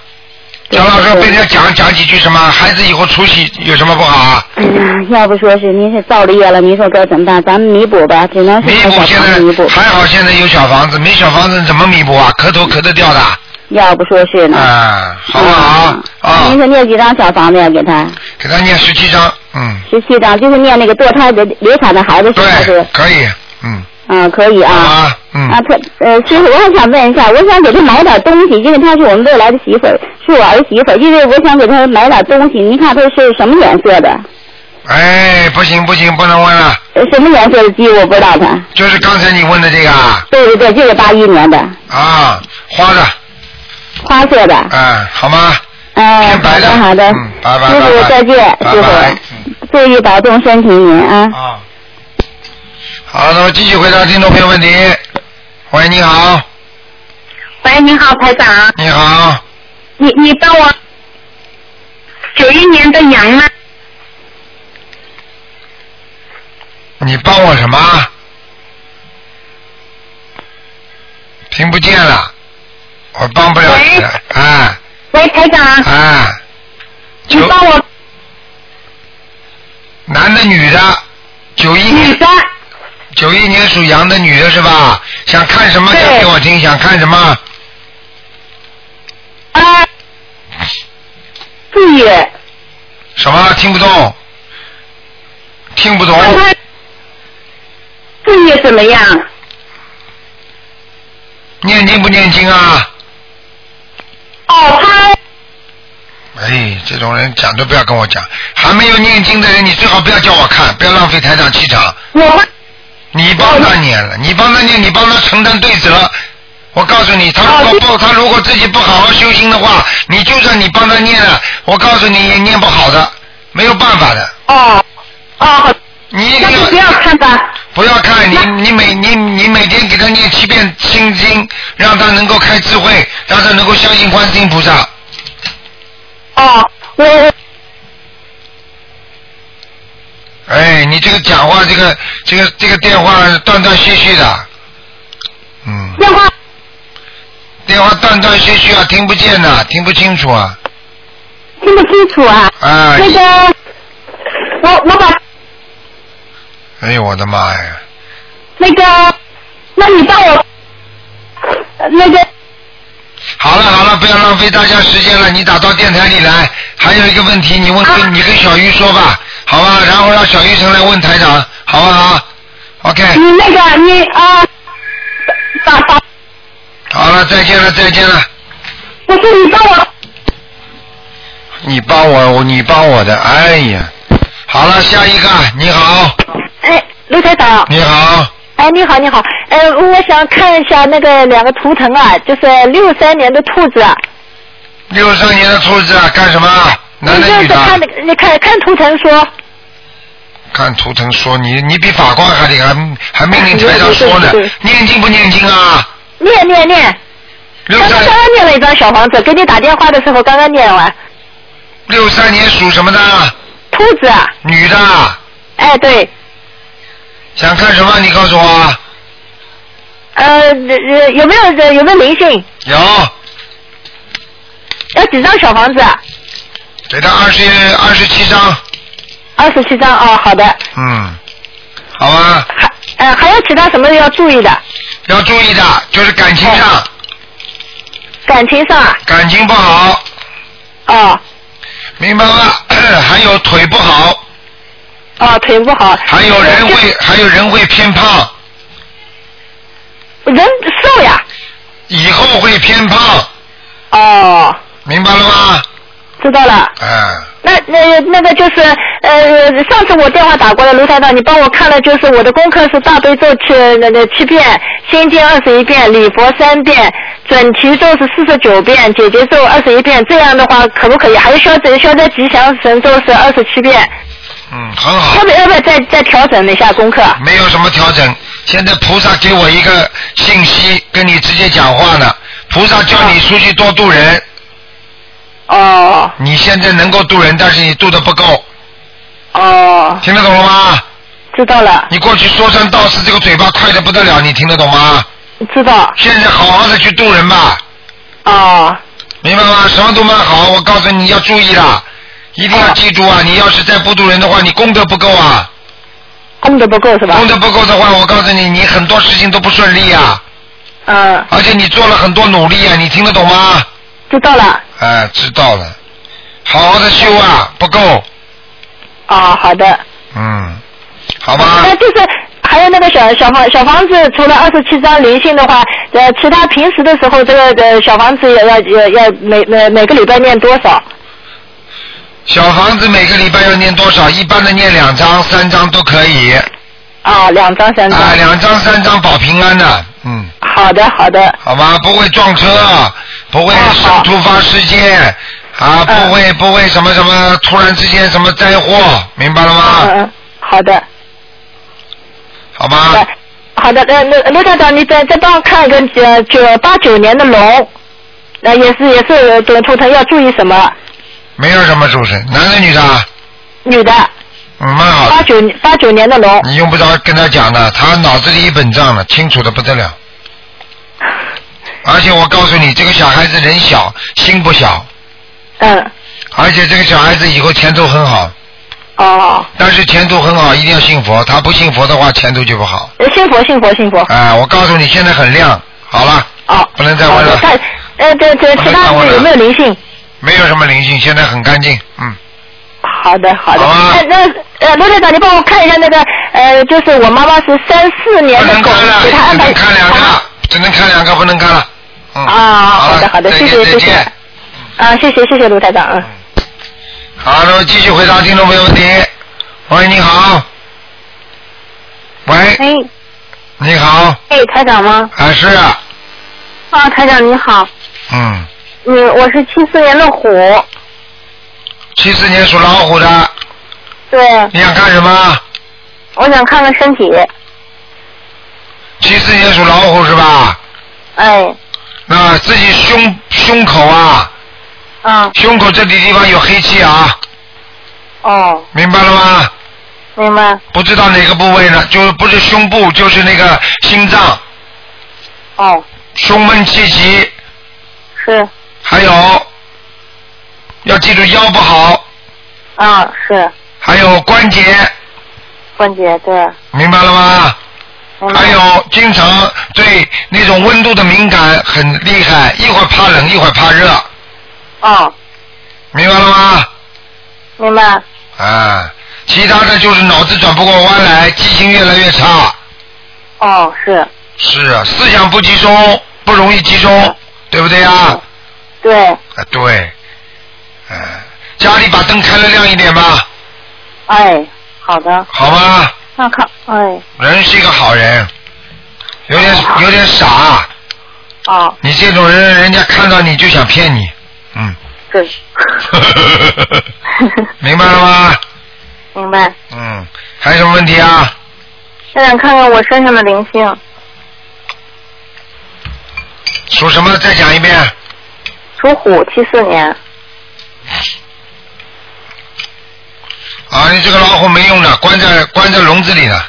对蒋老师对被人家讲讲几句什么，孩子以后出息有什么不好啊？哎呀，要不说是您是造了业了，您说该怎么办？咱们弥补吧，只能是弥小补现房 <laughs> 子弥补在。还好，现在有小房子，没小房子怎么弥补啊？磕头磕得掉的要不说是呢，嗯啊，好不好？您是念几张小房子呀？给他给他念十七章，嗯，十七张，就是念那个堕胎的流产的孩子是不是？可以，嗯，嗯，可以好啊。吧，嗯，啊，特呃，师傅，我还想问一下，我想给他买点东西，因为她是我们未来的媳妇儿，是我儿媳妇儿，因为我想给她买点东西，您看她是什么颜色的？哎，不行不行，不能问了，呃什么颜色的鸡我不知道它。就是刚才你问的这个啊，对对对，就是八一年的，啊，花的，花色的。啊，好吗？哎，偏白的嗯好的好的，嗯，拜拜，师拜傅拜再见，拜师拜。傅注意保重身体您啊。啊。好，那么继续回答听众朋友问题。喂，你好。喂，你好，台长。你好，你你帮我九一年的羊啊，你帮我什么？听不见了，我帮不了你了，啊喂，台长，啊，你帮我男的女的，九一女的，九一年属羊的女的是吧？想看什么讲给我听，想看什么？啊事业。什么听不懂？听不懂？啊事业怎么样？念经不念经啊？哦，他哎，这种人讲都不要跟我讲，还没有念经的人，你最好不要叫我看，不要浪费台长气场。我你帮他念了，你帮他念，你帮他承担对责。我告诉你，他如果啊不，他如果自己不好好修心的话，你就算你帮他念了，我告诉你也念不好的，没有办法的。哦，哦。你一定要不要看吧。不要看，你你每你你每天给他念七遍心经，让他能够开智慧，让他能够相信观世音菩萨。哦，我哎，你这个讲话，这个这个这个电话断断续续的，嗯。电话。电话断断续续啊，听不见呐、听不清楚啊。听不清楚啊。啊。那个，我我把哎呦我的妈呀！那个，那你帮我呃那个好了好了，不要浪费大家时间了，你打到电台里来。还有一个问题，你啊问跟、你跟小鱼说吧，好吧？然后让小鱼成来问台长，好不好？OK。你那个你啊，打打，好了，再见了，再见了。不是你帮我，你帮我，我你帮我的，哎呀，好了，下一个，你好，哎，卢台长。你好。哎，你好，你好。呃，我想看一下那个两个图腾啊，就是六三年的兔子啊。六三年的兔子啊，干什么？男你的就是女的？啊看那个，你看看图腾说。看图腾说你，你比法官还得还还命令台上说呢 <laughs> 对对，念经不念经啊？念念念。刚刚 <laughs> 刚刚念了一张小房子，给你打电话的时候刚刚念完。六三年属什么的？兔子啊。女的。哎，对。想看什么？你告诉我啊。呃，呃有没有呃有没有灵性？有，要几张小房子？啊？给他二十二十七张，二十七张哦，好的。嗯，好吧。呃，还有其他什么要注意的？要注意的，就是感情哦上，感情上啊。感情不好。哦。明白吗？ <clears throat> 还有腿不好。哦，腿不好。还有人会，还有人会偏胖，人瘦呀。以后会偏胖，哦，明白了吗？知道了。嗯，那那那个就是呃，上次我电话打过来，卢台长，你帮我看了，就是我的功课是大悲咒七那那七遍，心经二十一遍，礼佛三遍，准提咒是四十九遍，解结咒二十一遍。这样的话可不可以？还有消灾消灾吉祥神咒是二十七遍。嗯，很好。要不要不要再再调整一下功课？没有什么调整。现在菩萨给我一个信息，跟你直接讲话呢。菩萨叫你出去多度人。哦。你现在能够度人，但是你度的不够。哦。听得懂了吗？知道了。你过去说三道四，这个嘴巴快的不得了，你听得懂吗？知道。现在好好的去度人吧。哦。明白吗？什么都蛮好，我告诉你要注意啦，一定要记住啊！你要是再不度人的话，你功德不够啊。功德不够是吧？功德不够的话，我告诉你，你很多事情都不顺利啊。嗯。而且你做了很多努力啊，你听得懂吗？知道了。哎，知道了，好好的修啊，不够，哦，好的。嗯，好吧。那就是还有那个小小房小房子，除了二十七张灵性的话，呃，其他平时的时候，这个呃小房子也要也要每每每个礼拜念多少？小房子每个礼拜要念多少？一般的念两张、三张都可以。啊，两张、三张。啊，两张、三张保平安的，嗯。好的，好的。好吧，不会撞车，不会生突发事件，啊，不会不会什么什么突然之间什么啊嗯嗯灾祸，明白了吗？嗯，好的。好吧。啊、好的，呃，刘刘站长，你再再帮我看一个呃九八九年的龙，呃，也是也是短头疼，要注意什么？没有什么主持，男的女的啊？女的，嗯，蛮好的八九八九年的龙，你用不着跟他讲的，他脑子里一本账了，清楚的不得 <laughs> 了。而且我告诉你，这个小孩子人小，心不小，嗯，而且这个小孩子以后前途很好。哦，但是前途很好，一定要信佛。他不信佛的话，前途就不好。呃信佛信佛信佛。哎、我告诉你，现在很亮。好了，哦，不能再好问的，了，看呃这这不其能他再问的了有没有灵性？没有什么灵性，现在很干净。嗯，好的，好的。哎那呃，罗队长，你帮我看一下那个呃，就是我妈妈是三四年的狗，给她安排只能看两个，不能看了。嗯，啊，好的好的，再谢见谢再谢谢见。啊，谢谢谢谢卢台长啊。好，那么继续回答听众朋友问题。喂，你好。喂，哎，你好，哎，台长吗？啊是啊，啊，台长你好，嗯，嗯，我是七四年的虎，七四年属老虎的，对，你想干什么？我想看看身体，七四年属老虎是吧？哎，那自己胸胸口啊，嗯，胸口这里地方有黑气啊，哦，明白了吗？明白，不知道哪个部位呢？就是不是胸部，就是那个心脏，哦，胸闷气急，是，还有要记住腰不好，啊，是还有关节，关节，对，明白了吗？哦还有经常对那种温度的敏感很厉害，一会儿怕冷，一会儿怕热，哦，明白了吗？明白，啊，其他的就是脑子转不过弯来，记性越来越差。哦，是，是啊，思想不集中，不容易集中，对不对呀？嗯对，啊，对，嗯、家里把灯开了亮一点吧，哎，好的，好吗？那看，哎，人是一个好人，有点有点傻，哦，你这种人，人家看到你就想骗你，嗯，是， <laughs> <laughs> 明白了吗？明白，嗯，还有什么问题啊？再想看看我身上的灵性，属什么？再讲一遍。属虎，七四年，啊，你这个老虎没用的，关在关在笼子里了，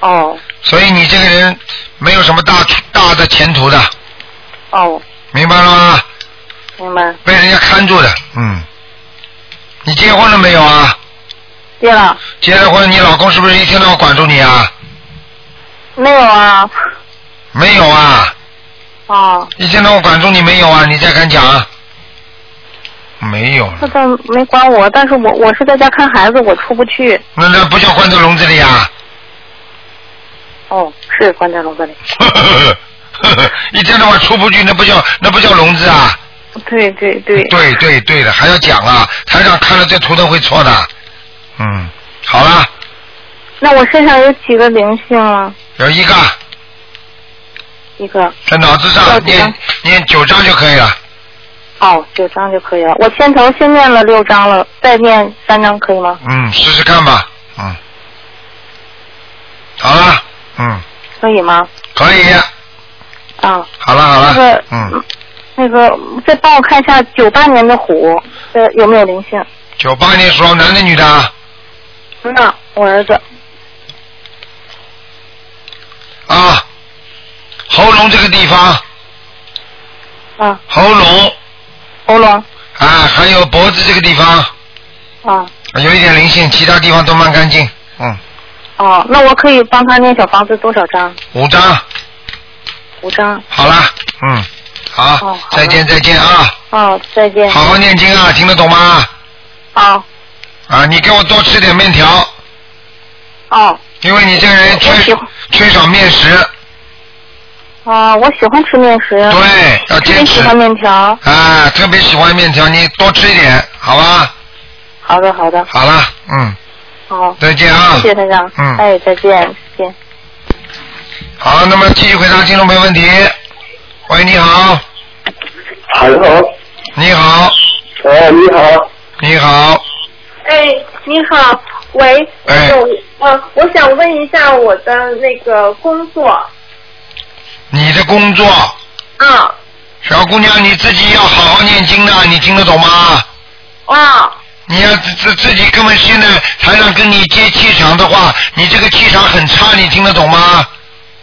哦，所以你这个人没有什么大出大的前途的，哦，明白了吗？明白，被人家看住的，嗯。你结婚了没有啊？对了，结了婚，你老公是不是一天到晚管住你啊？没有啊，没有啊，哦，一天到晚管住你没有啊？你再敢讲啊？没有，他倒没管我，但是我我是在家看孩子，我出不去。那那不叫关在笼子里啊？哦，是关在笼子里。 <laughs> 一天到晚出不去，那不叫那不叫笼子啊？对对对， <laughs> 对对对的，还要讲啊！台长看了这图腾会错的。嗯，好了，那我身上有几个灵性啊？有一个一个，在脑子上念 <laughs> 念九章就可以了。哦，九张就可以了。我牵头先念了六张了，再念三张可以吗？嗯，试试看吧。嗯，好了，嗯，可以吗？可以，啊，好了好那了个，嗯，那个，再帮我看一下九八年的虎，呃，有没有灵性？九八年属老男的女的啊嗯那我儿子，啊，喉咙这个地方，啊，喉咙喉咙，啊，还有脖子这个地方啊，有一点灵性，其他地方都蛮干净。嗯，哦，那我可以帮他念小房子多少张？五张，五张。好了，嗯，好，再见再见啊。哦，再见。哦好好念经啊，听得懂吗？好。啊，你给我多吃点面条。哦。因为你这个人缺缺少面食，啊，我喜欢吃面食。对，要特别坚持嗯喜欢面条。啊，特别喜欢面条，你多吃一点，好吧？好的，好的，好了，嗯，好。再见啊谢谢台长。嗯哎，再见，再见。好，那么继续回答听众朋友问题。喂，你好， Hello，你好，哎，你好，你好，哎，你好，喂，哎我嗯，我想问一下我的那嗯个工作。你的工作，啊小姑娘你自己要好好念经的，你听得懂吗？嗯啊你要自自自己根本现在台上跟你接气场的话，你这个气场很差，你听得懂吗？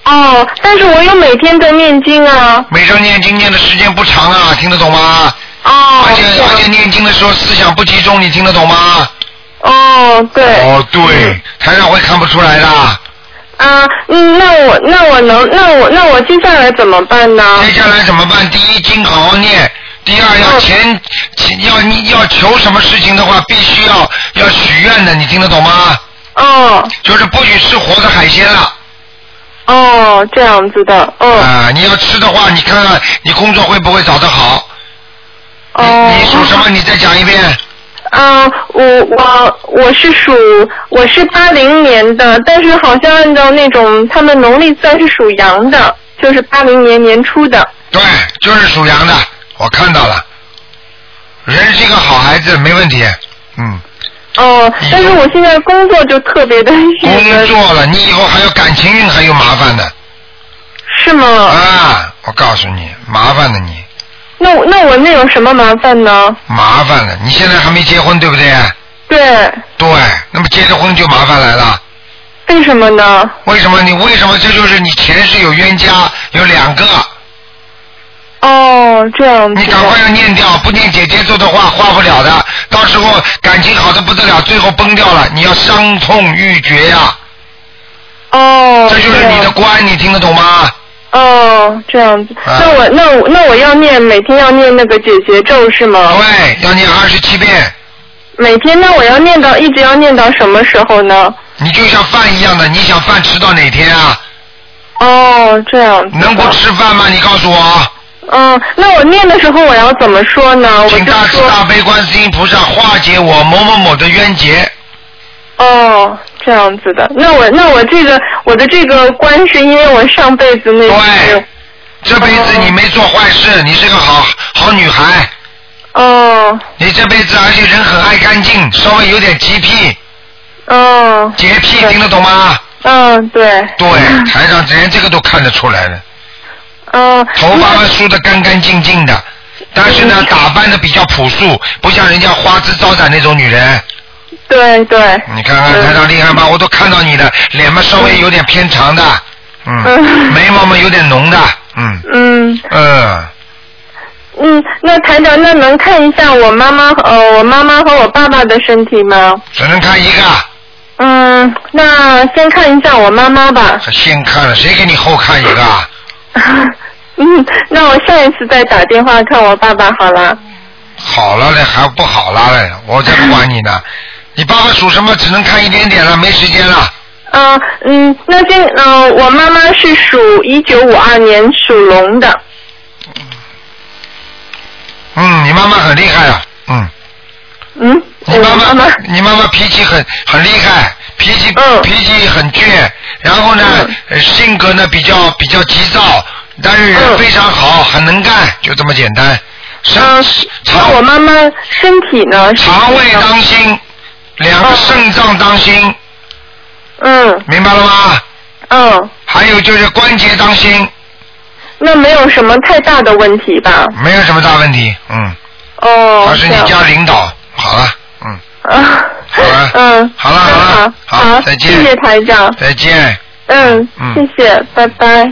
哦，但是我有每天都念经啊。每周念经念的时间不长啊，听得懂吗？哦。而且而且念经的时候思想不集中，你听得懂吗？哦，对。哦，对，台上会看不出来的。啊，嗯，那我那我能那我那我接下来怎么办呢？接下来怎么办？第一，经好好念；第二，要前前要你要求什么事情的话，必须要要许愿的，你听得懂吗？哦。就是不许吃活的海鲜了。哦，这样子的，哦。啊，你要吃的话，你看看你工作会不会找得好？哦。哎你属什么？你再讲一遍。嗯、我我我是属我是八零年的，但是好像按照那种他们农历算是属羊的，就是八零年年初的。对，就是属羊的，我看到了。人是一个好孩子，没问题。嗯，哦，但是我现在工作就特别的工作了，你以后还有感情运，还有麻烦的。是吗？啊，我告诉你，麻烦了你，那我那我那有什么麻烦呢？麻烦了。你现在还没结婚，对不对？对，对，那么结了婚就麻烦来了。为什么呢？为什么你为什么这就是你前世有冤家有两个？哦，这样你赶快要念掉，不念姐姐咒的话化不了的，到时候感情好的不得了，最后崩掉了，你要伤痛欲绝呀、哦。这就是你的关，你听得懂吗？哦，这样子。啊那我那我那我要念每天要念那个解结咒是吗？对，要念二十七遍。每天那我要念到一直要念到什么时候呢？你就像饭一样的，你想饭吃到哪天啊？哦，这样子。能不吃饭吗？你告诉我，嗯，那我念的时候我要怎么说呢？我请就大慈大悲观世音菩萨化解我某某某的冤结。哦，这样子的。那我那我这个我的这个关是因为我上辈子那对，这辈子你没做坏事，你是个好好女孩。哦。你这辈子而且人很爱干净，稍微有点洁癖。哦。洁癖听得懂吗？嗯，对。对，台上连这个都看得出来了。嗯。头发们梳得干干净净的，但是呢，打扮的比较朴素，不像人家花枝招展那种女人。对对。你看看台上厉害吧？我都看到你的脸嘛，稍微有点偏长的，嗯，眉毛嘛有点浓的，嗯嗯嗯。嗯，那台长，那能看一下我妈妈和呃我妈妈和我爸爸的身体吗？只能看一个，嗯，那先看一下我妈妈吧。先看了，谁给你后看一个啊？嗯，那我下一次再打电话看我爸爸好了。好了嘞，还不好了嘞，我才不管你呢。你爸爸属什么？只能看一点点了，没时间了。嗯、嗯，那这嗯、呃我妈妈是属一九五二年属龙的。嗯，你妈妈很厉害啊，嗯。嗯。你妈妈，你妈妈脾气很很厉害，脾气、嗯脾气很倔，然后呢，呃性格呢比较比较急躁，但是嗯人非常好，很能干，就这么简单。身肠我妈嗯妈身体呢？肠胃当心，两个肾脏当心。嗯。明白了吗？嗯。还有就是关节当心，那没有什么太大的问题吧？没有什么大问题，嗯。哦。他是你这样家领导，好了，嗯。好了，嗯，好了，好了，好，再见，谢谢台长。再见。嗯，嗯谢谢，拜拜。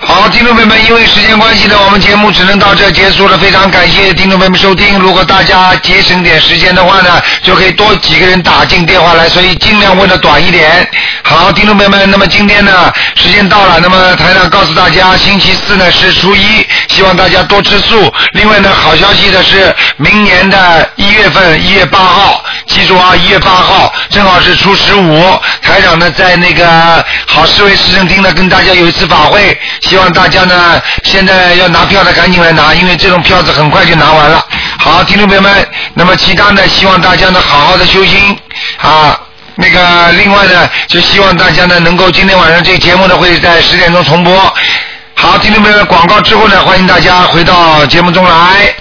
好，听众朋友们，因为时间关系呢，我们节目只能到这结束了。非常感谢听众朋友们收听。如果大家节省点时间的话呢，就可以多几个人打进电话来，所以尽量问的短一点。好，听众朋友们，那么今天呢，时间到了，那么台长告诉大家，星期四呢是初一，希望大家多吃素。另外呢，好消息的是，明年的一月份，一月八号，记住啊，一月八号，正好是初十五。台长呢，在那个好市委市政厅呢，跟大家有一次法会，希望大家呢，现在要拿票的赶紧来拿，因为这种票子很快就拿完了。好，听众朋友们，那么其他呢，希望大家呢，好好的修心啊。那个，另外呢，就希望大家呢能够今天晚上这个节目呢会在十点钟重播。好，听众朋友们，广告之后呢，欢迎大家回到节目中来。